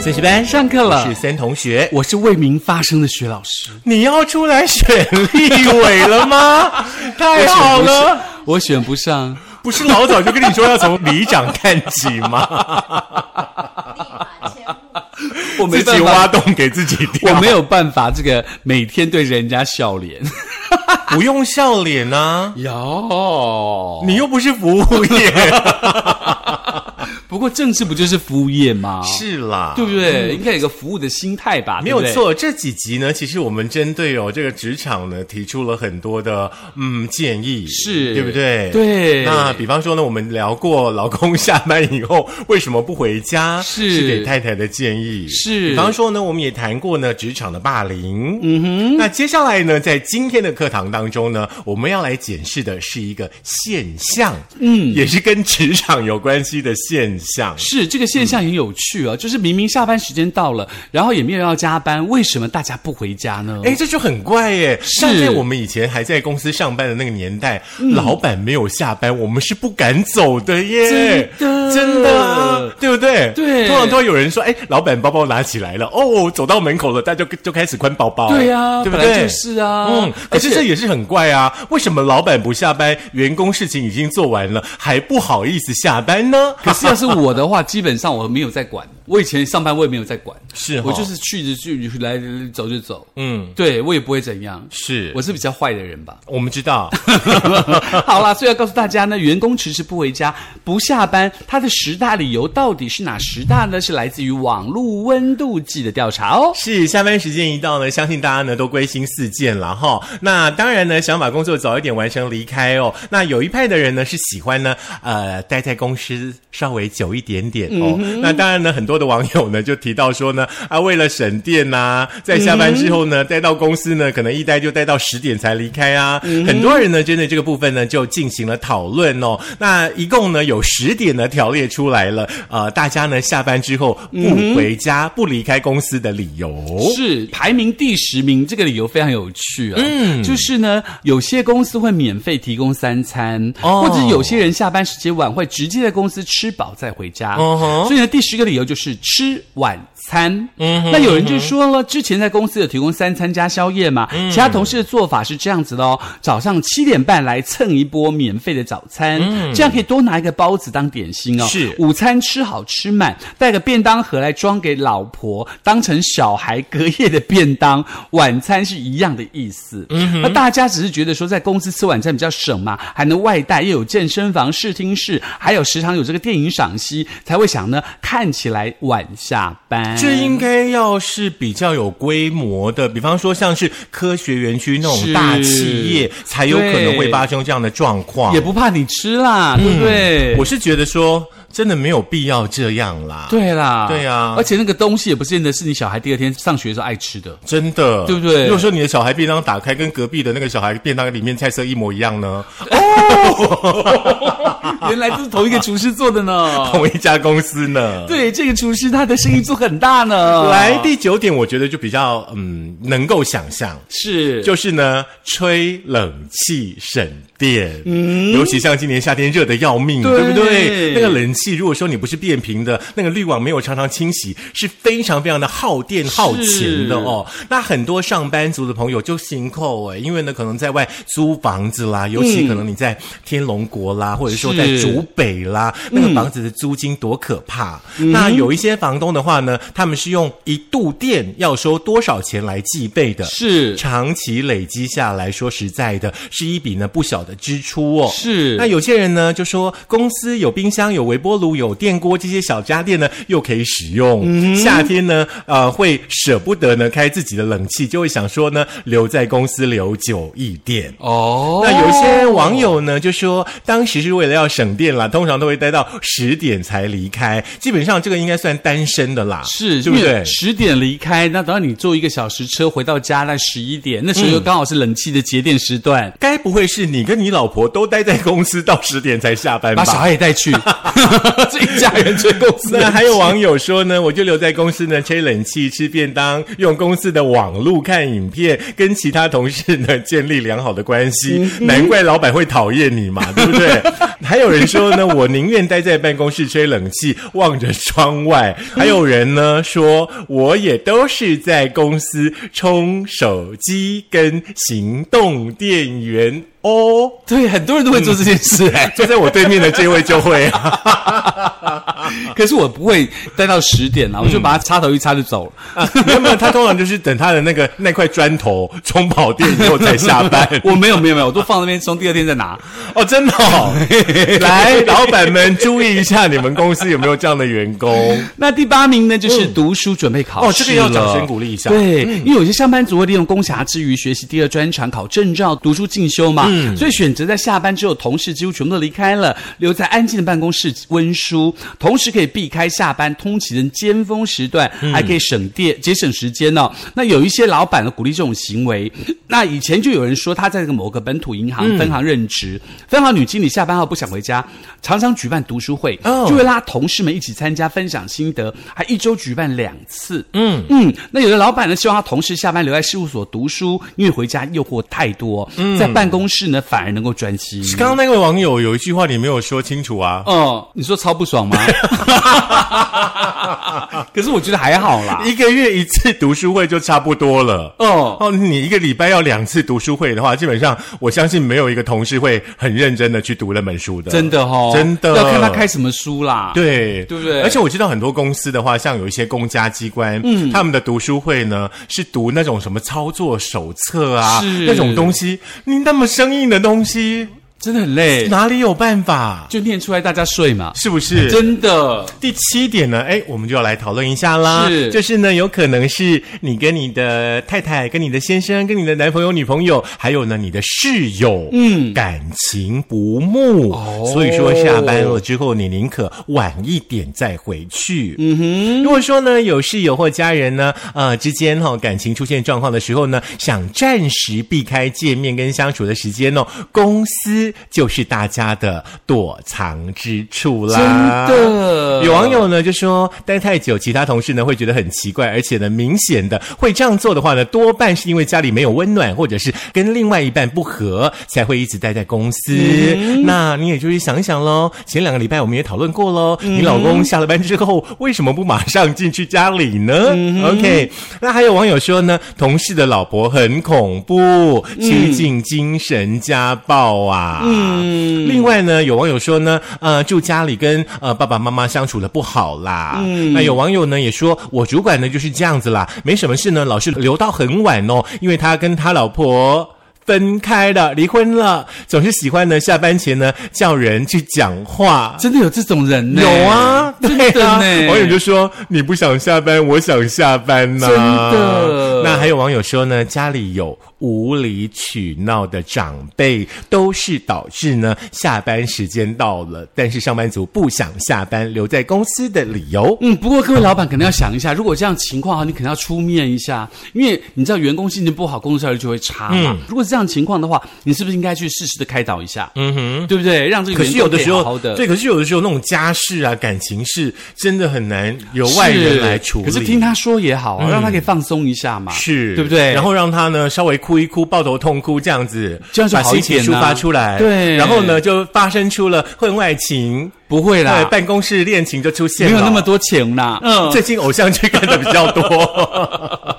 三十班上课了是三同学，我是为民发声的薛老师。啊你要出来选立委了 吗？太好了，我选不上，不是老早就跟你说要从里长看起吗？ 我没自办己法，挖洞给自己我跳，没有办法，这个每天对人家笑脸。不用笑脸啊，哟，你又不是服务业，不过政治不就是服务业吗？， 是啦，对不对？应该有个服务的心态吧？没对不有对。错，这几集呢，其实我们针对哦这个职场呢，提出了很多的嗯建议，是对不对？对那比方说呢，我们聊过老公下班以后为什么不回家，是给太太的建议。是比方说呢，我们也谈过呢职场的霸凌。嗯哼。那接下来呢，在今天的课堂当中呢，我们要来检视的是一个现象，嗯，也是跟职场有关系的现象。是这个现象很有趣啊，就是明明下班时间到了，然后也没有要加班，为什么大家不回家呢？哎，这就很怪耶！像在我们以前还在公司上班的那个年代，嗯老板没有下班，我们是不敢走的耶，真的真的啊，对不对？对通常都会有人说，哎，老板包包拿起来了，哦，走到门口了，大家就就开始宽包包，对呀，对不本来对？就是啊，嗯，可而是且这也是很怪啊！为什么老板不下班，员工事情已经做完了，还不好意思下班呢？ 可是要是我的话，基本上我没有在管。我以前上班我也没有在管，是哦我就是去就去，来来走就走。 嗯，对我也不会怎样，是我是比较坏的人吧。 我们知道，好啦，所以要告诉大家呢，员工迟迟不回家、不下班，他的十大理由到底是哪十大呢？是来自于网络温度计的调查哦。是下班时间一到呢，相信大家呢都归心似箭了哈。那当然呢，想把工作早一点完成离开哦。那有一派的人呢是喜欢呢，呃，待在公司稍微久一点点哦。那当然呢，很多的网友呢就提到说呢，啊，为了省电呐、在下班之后嗯呢，待到公司呢，可能一待就待到十点才离开啊。嗯很多人呢，针对这个部分呢就进行了讨论哦。那一共呢有十点呢条列出来了，呃，大家呢下班之后嗯不回家、不离开公司的理由。是排名第十名，这个理由非常有趣啊。嗯，就是呢，有些公司会免费提供三餐，哦或者有些人下班时间晚会直接在公司吃饱再回家。嗯哼所以呢，第十个理由就是吃晚餐。嗯那有人就说了，之前在公司有提供三餐加宵夜嘛，其他同事的做法是这样子的哦，早上七点半来蹭一波免费的早餐，这样可以多拿一个包子当点心哦。是午餐吃好吃满，带个便当盒来装给老婆，当成小孩隔夜的便当，晚餐是一样的意思。嗯那大家只是觉得说在公司吃晚餐比较省嘛，还能外带，又有健身房、视听室，还有时常有这个电影赏析，才会想呢，看起来晚下班。这应该要是比较有规模的，比方说像是科学园区那种是大企业，才有可能对会发生这样的状况。也不怕你吃啦，对不对？嗯我是觉得说，真的没有必要这样啦。，对啦，对啊而且那个东西也不见得是你小孩第二天上学的时候爱吃 的。真的，对不对如果说你的小孩便当打开，跟隔壁的那个小孩便当里面菜色一模一样呢，哦原来这是同一个厨师做的呢。同一家公司呢？对，这个厨师他的生意做很大呢。来第九点，我觉得就比较嗯能够想象，是就就是呢吹冷气省电，嗯，尤其像今年夏天热的要命，对对不对？那个冷气如果说你不是变频的，那个滤网没有常常清洗，是非常非常的耗电耗钱的哦。那很多上班族的朋友就辛苦哎，因为呢可能在外租房子啦，尤其可能你在天龙国啦，或者说在是竹北啦，那个房子的租金多可怕。那有一些房东的话呢，他们是用一度电要收多少钱来计费的，是长期累积下来说实在的，是一笔呢不小的支出哦。是那有些人呢就说，公司有冰箱、有微波炉、有电锅这些小家电呢，又可以使用。嗯夏天呢，呃，会舍不得呢开自己的冷气，就会想说呢，留在公司留久一点。哦那有一些网友呢，就说当时是为了要省电啦，通常都会待到十点才离开，基本上这个应该算单身的啦，是，对不对？十点离开，那等到你坐一个小时车回到家，那十一点，那时候嗯又刚好是冷气的节电时段，该不会是你跟你老婆都待在公司到十点才下班吧？把小孩也带去。这一家人吹公司的 那还有网友说呢，我就留在公司呢，吹冷气、吃便当，用公司的网路看影片，跟其他同事呢建立良好的关系。难怪老板会讨厌你嘛，对不对？还有人说呢，我宁愿待在办公室吹冷气，望着窗外。还有人呢说，我也都是在公司充手机跟行动电源哦。 对，很多人都会做这件事哎、 坐在我对面的这位就会啊。可是我不会待到十点啊啦，我嗯就把它插头一插就走了。 没有没有，他通常就是等他的那个那块砖头充饱电以后才下班。我没有没有没有，我都放那边，从第二天再拿。 哦，真的、哦， 来，老板们注意一下，你们公司有没有这样的员工？那第八名呢，就是读书准备考试了、嗯哦这个要掌声鼓励一下嗯对，因为有些上班族会利用工暇之余学习第二专长、考证照、读书进修嘛，嗯所以选择在下班之后，同事几乎全部都离开了，留在安静的办公室温书，同时可以避开下班通勤的尖峰时段，嗯还可以省电节省时间哦。那有一些老板呢鼓励这种行为，那以前就有人说他在这个某个本土银行嗯分行任职，分行女经理下班后不想回家，常常举办读书会，哦就会拉同事们一起参加，分享心得，还一周举办两次。嗯嗯，那有的老板呢，希望他同事下班留在事务所读书，因为回家诱惑太多，在办公室呢反而能够专心。 刚刚那位网友有一句话你没有说清楚啊。哦，你说超不爽吗？ 可是我觉得还好啦。一个月一次读书会就差不多了。哦，哦，你一个礼拜要两次读书会的话，基本上我相信没有一个同事会很认真的去读那本书的。真的哦，真的要看他开什么书啦。，对，对不对而且我知道很多公司的话，像有一些公家机关，嗯，他们的读书会呢是读那种什么操作手册啊，是那种东西。你那么生硬的东西，真的很累，哪里有办法？就念出来大家睡嘛。是不是？真的，第七点呢，哎，我们就要来讨论一下啦。是就是呢，有可能是你跟你的太太、跟你的先生、跟你的男朋友、女朋友，还有呢你的室友，嗯，感情不睦。哦所以说下班了之后，你宁可晚一点再回去。嗯哼。如果说呢有室友或家人呢，呃之间哈、哦、感情出现状况的时候呢，想暂时避开见面跟相处的时间哦，公司就是大家的躲藏之处啦。真的有网友呢就说，待太久，其他同事呢会觉得很奇怪，而且呢，明显的会这样做的话呢，多半是因为家里没有温暖，或者是跟另外一半不和，才会一直待在公司。那你也就是想一想喽。前两个礼拜我们也讨论过喽，你老公下了班之后为什么不马上进去家里呢、o k 那还有网友说呢，同事的老婆很恐怖，接近精神家暴啊。嗯，另外呢，有网友说呢，呃，住家里跟呃爸爸妈妈相处的不好啦。嗯，那有网友呢也说，我主管呢就是这样子啦，没什么事呢，老是留到很晚哦，因为他跟他老婆。分开了，离婚了，总是喜欢呢。下班前呢，叫人去讲话，真的有这种人呢？有啊，真对的啊呢。网友就说：“你不想下班，我想下班呐、真的那还有网友说呢，家里有无理取闹的长辈，都是导致呢下班时间到了，但是上班族不想下班，留在公司的理由。嗯，不过各位老板可能要想一下，如果这样情况哈，你可能要出面一下，因为你知道员工心情不好，工作效率就会差嘛。如果是这样情况的话，你是不是应该去适时的开导一下？嗯哼，对不对？让这个可员是工有的时候，可以好好的对，可是有的时候那种家事啊、感情事，真的很难由外人来处理。可是听他说也好啊，让他可以放松一下嘛，是对不对？然后让他呢稍微哭一哭，抱头痛哭这样子，这样就把好一心情点抒啊发出来。对然后呢就发生出了婚外情，不会对，啦，办公室恋情就出现没了，有那么。多钱啦。嗯，最近偶像剧看的比 较多，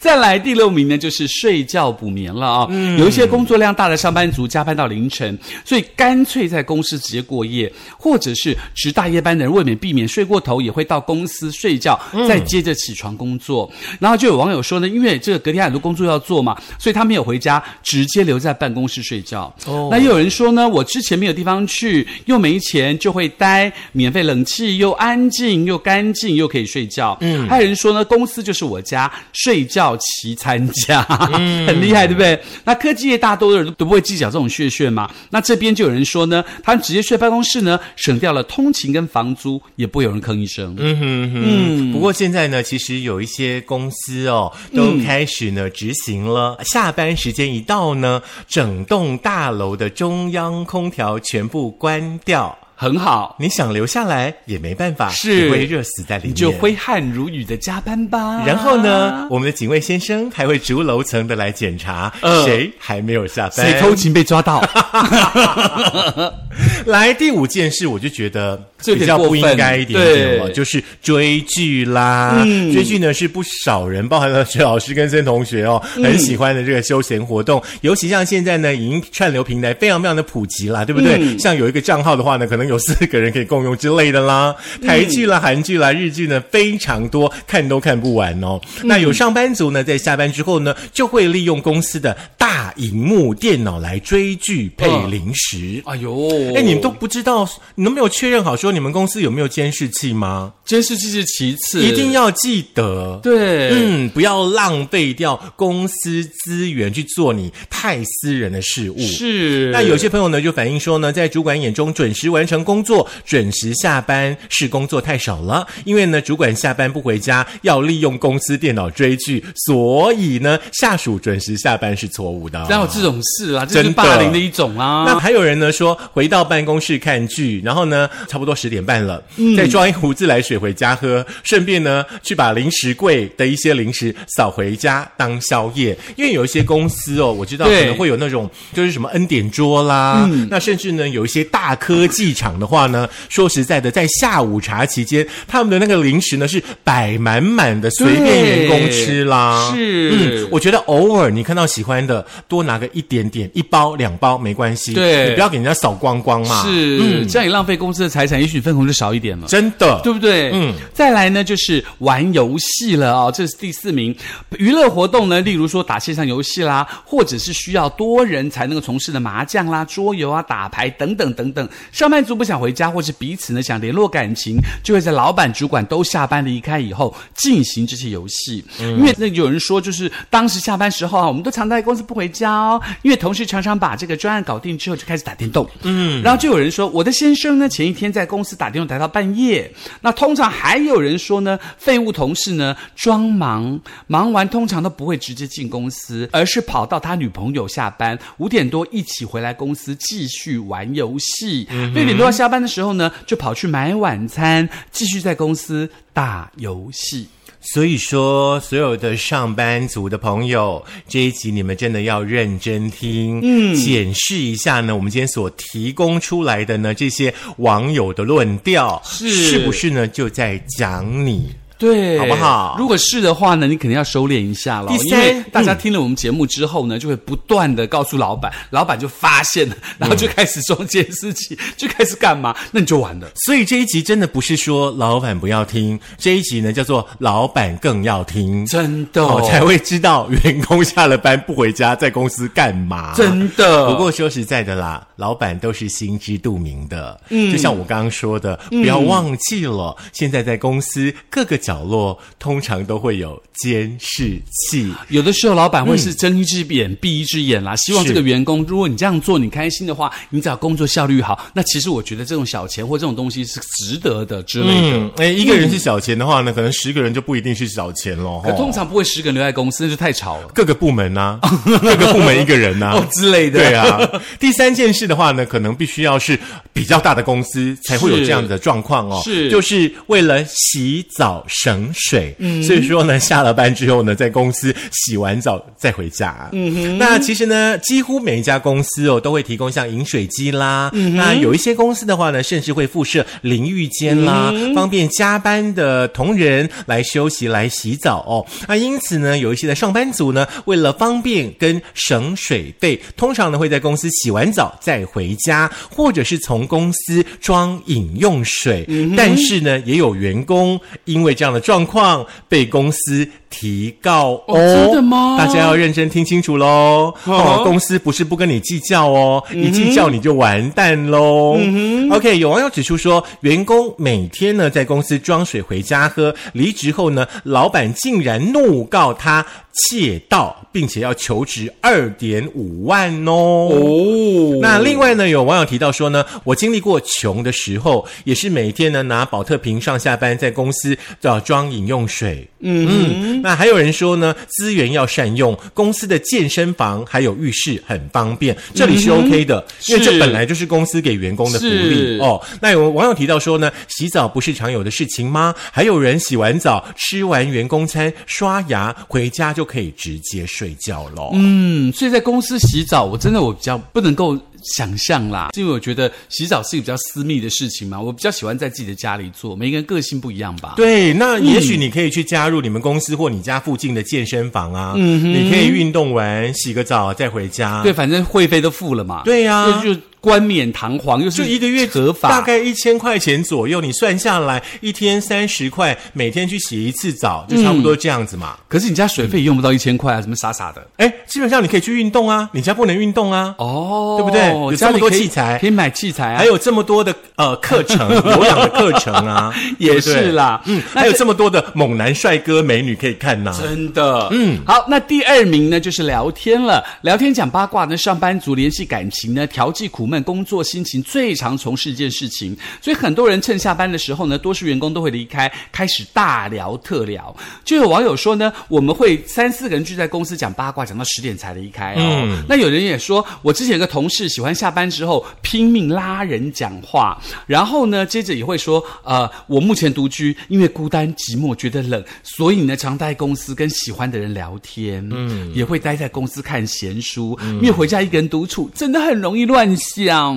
再来第六名呢，就是睡觉补眠了啊、有一些工作量大的上班族加班到凌晨，所以干脆在公司直接过夜，或者是值大夜班的人未免避免睡过头，也会到公司睡觉，再接着起床工作。然后就有网友说呢，因为这个隔天还有很多工作要做嘛，所以他没有回家，直接留在办公室睡觉。哦那又有人说呢，我之前没有地方去，又没钱，就会待免费冷气，又安静又干净，又可以睡觉。嗯，还有人说呢，公司就是我家，睡觉齐参加，嗯 很厉害，对不对？那科技业大多的人都不会计较这种血血嘛。那这边就有人说呢，他们直接睡办公室呢，省掉了通勤跟房租，也不会有人吭一声。嗯，嗯嗯，不过现在呢，其实有一些公司哦，都开始呢执行了。下班时间一到呢，整栋大楼的中央空调全部关掉。很好，你想留下来也没办法，是你会热死在里你面。就挥汗如雨的加班吧。然后呢，？我们的警卫先生还会逐楼层的来检查、嗯谁还没有下班，谁偷情被抓到？来第五件事，我就觉得这有比点较过不分应该一点点了，对嗯就是追剧啦。追剧呢是不少人，包含了徐老师跟孙同学哦，嗯很喜欢的这个休闲活动。尤其像现在呢，影音串流平台非常非常的普及啦，对不对？嗯像有一个账号的话呢，可能有四个人可以共用之类的啦。嗯台剧啦、韩剧啦、日剧呢非常多，看都看不完哦。嗯那有上班族呢，在下班之后呢，就会利用公司的大荧幕电脑来追剧配嗯零食。哎呦， 哎、你们都不知道，你都没有确认好说你们公司有没有监视器吗？监视器是其次，一定要记得。对，嗯，不要浪费掉公司资源去做你太私人的事物。是。那有些朋友呢，就反映说呢，在主管眼中，准时完成工作、准时下班是工作太少了，因为呢，主管下班不回家，要利用公司电脑追剧，所以呢，下属准时下班是错误的。哪有这种事啊？这真是的霸凌的一种那啊！还有人呢说，回到办公室看剧，然后呢，差不多十点半了，嗯再装一壶自来水回家喝，顺便呢去把零食柜的一些零食扫回家当宵夜。因为有一些公司哦，我知道可对嗯能会有那种就是什么恩典桌啦，那甚至呢有一些大科技厂的话呢，说实在的，在下午茶期间，他们的那个零食呢是摆满满的，随便员工吃啦。是嗯，我觉得偶尔你看到喜欢的，多拿个一点点，一包两包没关系。对你不要给人家扫光光嘛。，是、嗯这样也浪费公司的财产，也许分红就少一点嘛。真的。对不对？嗯，再来呢就是玩游戏了哦，这是第四名。娱乐活动呢，例如说打线上游戏啦，或者是需要多人才能够从事的麻将啦、桌游啊、打牌等等等等。上班族不想回家，或是彼此呢想联络感情，就会在老板、主管都下班离开以后进行这些游戏。因为那有人说，就是当时下班时候啊，我们都常在公司不回家哦，因为同事常常把这个专案搞定之后就开始打电动。嗯，然后就有人说，我的先生呢前一天在公司打电动打到半夜。那通常还有人说呢，废物同事呢装忙，忙完通常都不会直接进公司，而是跑到他女朋友下班五点多一起回来公司继续玩游戏。六点多要下班的时候呢，就跑去买晚餐，继续在公司打游戏。所以说，所有的上班族的朋友，这一集你们真的要认真听，嗯，检视一下呢，我们今天所提供出来的呢这些网友的论调，是不是呢就在讲你？对，好不好如果是的话呢，你肯定要收敛一下了第，因三嗯为大家听了我们节目之后呢，就会不断的告诉老板， 老板就发现嗯了，然后就开始做这件事情， 就开始干嘛？那你就完了。所以这一集真的不是说老板不要听，这一集呢叫做老板更要听，真的哦，才会知道员工下了班不回家，在公司干嘛。真的。不过说实在的啦，老板都是心知肚明的。嗯，就像我刚刚说的，嗯不要忘记了，现在在公司各个角落通常都会有监视器。有的时候，老板会是睁一只眼闭一只眼嗯啦。希望这个员工，如果你这样做，你开心的话，你只要工作效率好，那其实我觉得这种小钱或这种东西是值得的之类的。嗯，哎，一个人是小钱的话呢，可能十个人就不一定是小钱喽。可吼通常不会十个人留在公司，那就太吵了。各个部 门呐、各个部门一个人呐、啊哦之类的对啊， 第三件事的话呢，可能必须要是比较大的公司才会有这样的状况哦。是就是为了洗澡省水，所以说呢，下了班之后呢，在公司洗完澡再回家。嗯哼，那其实呢，几乎每一家公司哦都会提供像饮水机啦，那有一些公司的话呢，甚至会附设淋浴间啦，方便加班的同仁来休息、来洗澡哦。那因此呢，有一些的上班族呢，为了方便跟省水费，通常呢会在公司洗完澡再回家，或者是从公司装饮用水。嗯但是呢，也有员工因为这样的状况被公司提告哦。哦真的吗大家要认真听清楚喽。哦哦，公司不是不跟你计较哦，一计较你就完蛋喽。OK，有网友指出说，员工每天呢在公司装水回家喝，离职后呢，老板竟然怒告他窃盗，并且要求职二点五万哦哦那另外呢，有网友提到说呢，我经历过穷的时候，呃也是每天呢拿保特瓶上下班，在公司要装饮用水。嗯那还有人说呢，资源要善用，公司的健身房还有浴室很方便，这里是 OK 的，因为这嗯是本来就是公司给员工的福是利哦。那有网友提到说呢，洗澡不是常有的事情吗？还有人洗完澡吃完员工餐，刷牙回家就可以直接睡觉喽。嗯，所以在公司洗澡，我真的我比较不能够想象啦，是因为我觉得洗澡是一个比较私密的事情嘛，我比较喜欢在自己的家里做，每个人个性不一样吧。对，那也许你可以去加入你们公司或你家附近的健身房啊，你可以运动完洗个澡再回家，嗯对，，反正会费都付了嘛。对呀就就冠冕堂皇，又是就一个月合法，大概一千块钱左右，你算下来一天三十块，每天去洗一次澡，就差不多这样子嘛。可是你家水费也用不到一千块啊，什么傻傻的哎、基本上你可以去运动啊，你家不能运动啊，哦对不对有这么多器材可以买器材啊，还有这么多的呃课程，有氧的课程啊， 也对不对是啦嗯，那还有这这么多的猛男帅哥美女可以看呐、真的，嗯，好，那第二名呢就是聊天了。聊天讲八卦呢，上班族联系感情呢，调剂苦闷工作心情，最常从事一件事情。所以很多人趁下班的时候呢，多数员工都会离开，开始大聊特聊。就有网友说呢，我们会三四个人聚在公司讲八卦，讲到十点才离开哦。嗯那有人也说，我之前有个同事喜欢下班之后拼命拉人讲话，然后呢，接着也会说，呃，我目前独居，因为孤单寂寞，觉得冷，所以呢，常待公司跟喜欢的人聊天，嗯，也会待在公司看闲书，嗯因为回家一个人独处真的很容易乱想，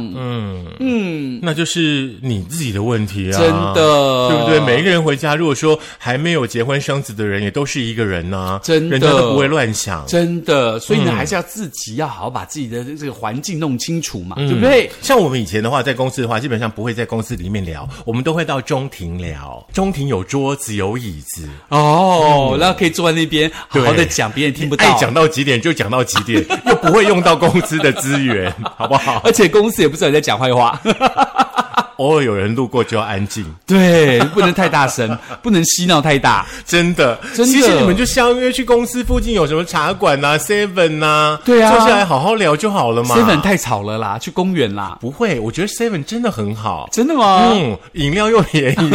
嗯那就是你自己的问题啊，真的对不对？每一个人回家，如果说还没有结婚生子的人，也都是一个人呐、真的人家都不会乱想。真的，所以嗯呢，还是要自己要好好把自己的这个环境弄清楚嘛，嗯对不对？像我们以前的话，在公司的话，基本上不会在公司里面聊，我们都会到中庭聊。中庭有桌子，有椅子，哦，然后可以坐在那边好好的嗯对讲，别人听不到，爱讲到几点就讲到几点，又不会用到公司的资源，好不好？而且公司也不知道你在讲坏话。偶尔有人路过就要安静。 对，不能太大声，不能嬉闹太大。真的，真的其实你们就相约去公司附近有什么茶馆呐、Seven 呐、对啊坐下来好好聊就好了嘛。 seven 太吵了啦，去公园啦。不会，我觉得 Seven 真的很好。真的吗？嗯，饮料又便 宜，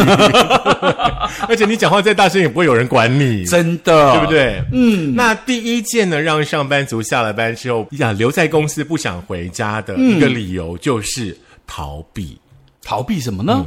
而且你讲话再大声也不会有人管你。真的，对不？对？嗯，那第一件呢，让上班族下了班之后想留在公司不想回家的嗯一个理由就是逃避，逃避什么呢？嗯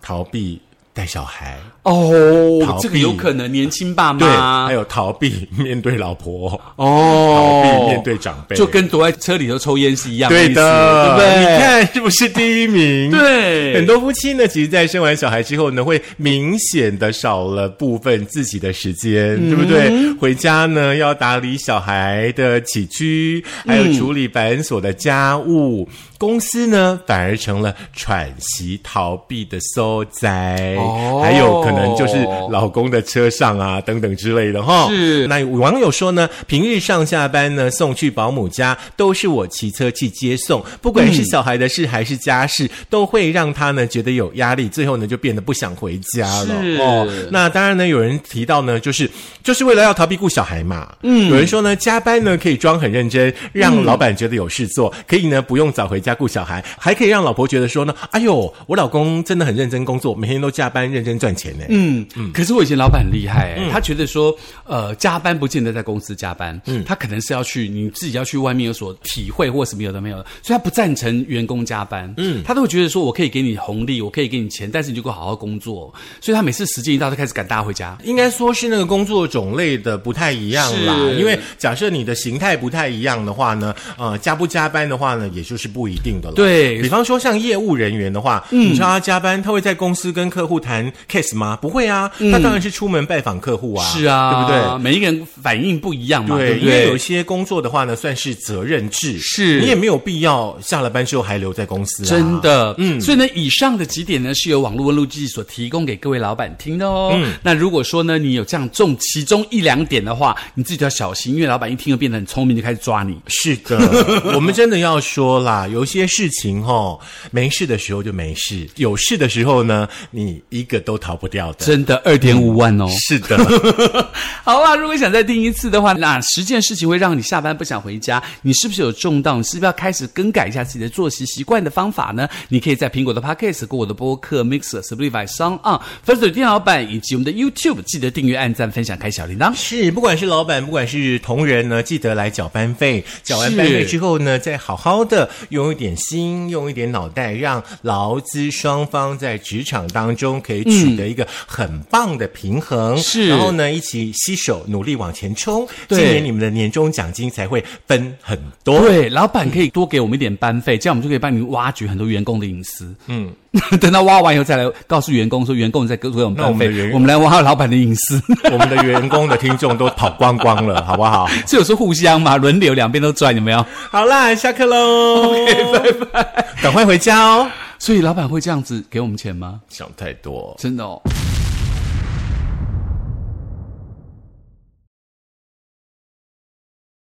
逃避带小孩，逃哦，避这个有可能年轻爸对，妈还有逃避面对老婆，逃啊哦，避面对长辈，就跟躲在车里头抽烟是一样的意对思，的，对不对？你，看是不是第一名？。对，很多夫妻呢，其实，在生完小孩之后呢，会明显的少了部分自己的时间，嗯对不对？回家呢，要打理小孩的起居，还嗯有处理繁琐的家务。公司呢，反而成了喘息、逃避的所在，哦还有可能就是老公的车上啊，等等之类的哈。是那有网友说呢，平日上下班呢送去保姆家，都是我骑车去接送，不管是小孩的事还是家事，嗯都会让他呢觉得有压力，最后呢就变得不想回家了是哦那当然呢，有人提到呢，就是就是为了要逃避顾小孩嘛。嗯，有人说呢，加班呢可以装很认真，嗯让老板觉得有事做，可以呢不用早回家顾小孩，还可以让老婆觉得说呢，哎呦，我老公真的很认真工作，每天都加班认真赚钱呢。嗯，可是我以前老板很厉害、嗯欸他觉得说，呃，加班不见得在公司加班，嗯他可能是要去你自己要去外面有所体会或什么有的没有的，所以他不赞成员工加班，嗯，他都会觉得说我可以给你红利，我可以给你钱，但是你就给我好好工作，所以他每次时间一到就开始赶大家回家，应该说是那个工作种类的不太一样啦，是因为假设你的形态不太一样的话呢，呃，加不加班的话呢，也就是不一定的了。对嗯比方说像业务人员的话，你说他加班，他会在公司跟客户谈 case 吗？不会啊，他当然是出门拜访客户啊，嗯是啊，对不对？每一个人反应不一样嘛，对，不因为有对一？些工作的话呢，算是责任制，是你也没有必要下了班之后还留在公司、啊，真的，嗯，所以呢，以上的几点呢，是由网络温度计所提供给各位老板听的哦。那如果说呢，你有这样中其中一两点的话，你自己就要小心，因为老板一听就变得很聪明，就开始抓你。是 的，我们真的要说啦，有一些事情哦，没事的时候就没事，有事的时候呢，你一个都逃不掉的。真的二点五万哦。是的，好啊啦，如果想再听一次的话，哪十件事情会让你下班不想回家？你是不是有中到？你是不是要开始更改一下自己的作息习惯的方法呢？你可以在苹果的 Podcast、跟我的播客 Mixer、Spotify、Sound On、First 电脑版以及我们的 YouTube，记得订阅、按赞、分享、开小铃铛。 是不管是老板，不管是同仁呢，记得来缴班费。缴完班费之后呢，再好好的用一点心，用一点脑袋，让劳资双方在职场当中可以取得一个很棒的平衡。是然后呢，一起携手努力往前冲。对今年你们的年终奖金才会分很多。对，老板可以多给我们一点班费，这样我们就可以帮你挖掘很多员工的隐私。嗯， 等到挖完以后再来告诉员工说，员工再给我们那我班们的员费，我们来挖老板的隐私。 我们的员工的听众都跑光光 了，好不好？ 这有时候互相嘛，轮流两边都赚，有没有？好啦，下课喽拜拜，赶快回家哦。所以老板会这样子给我们钱吗？想太多。真的哦。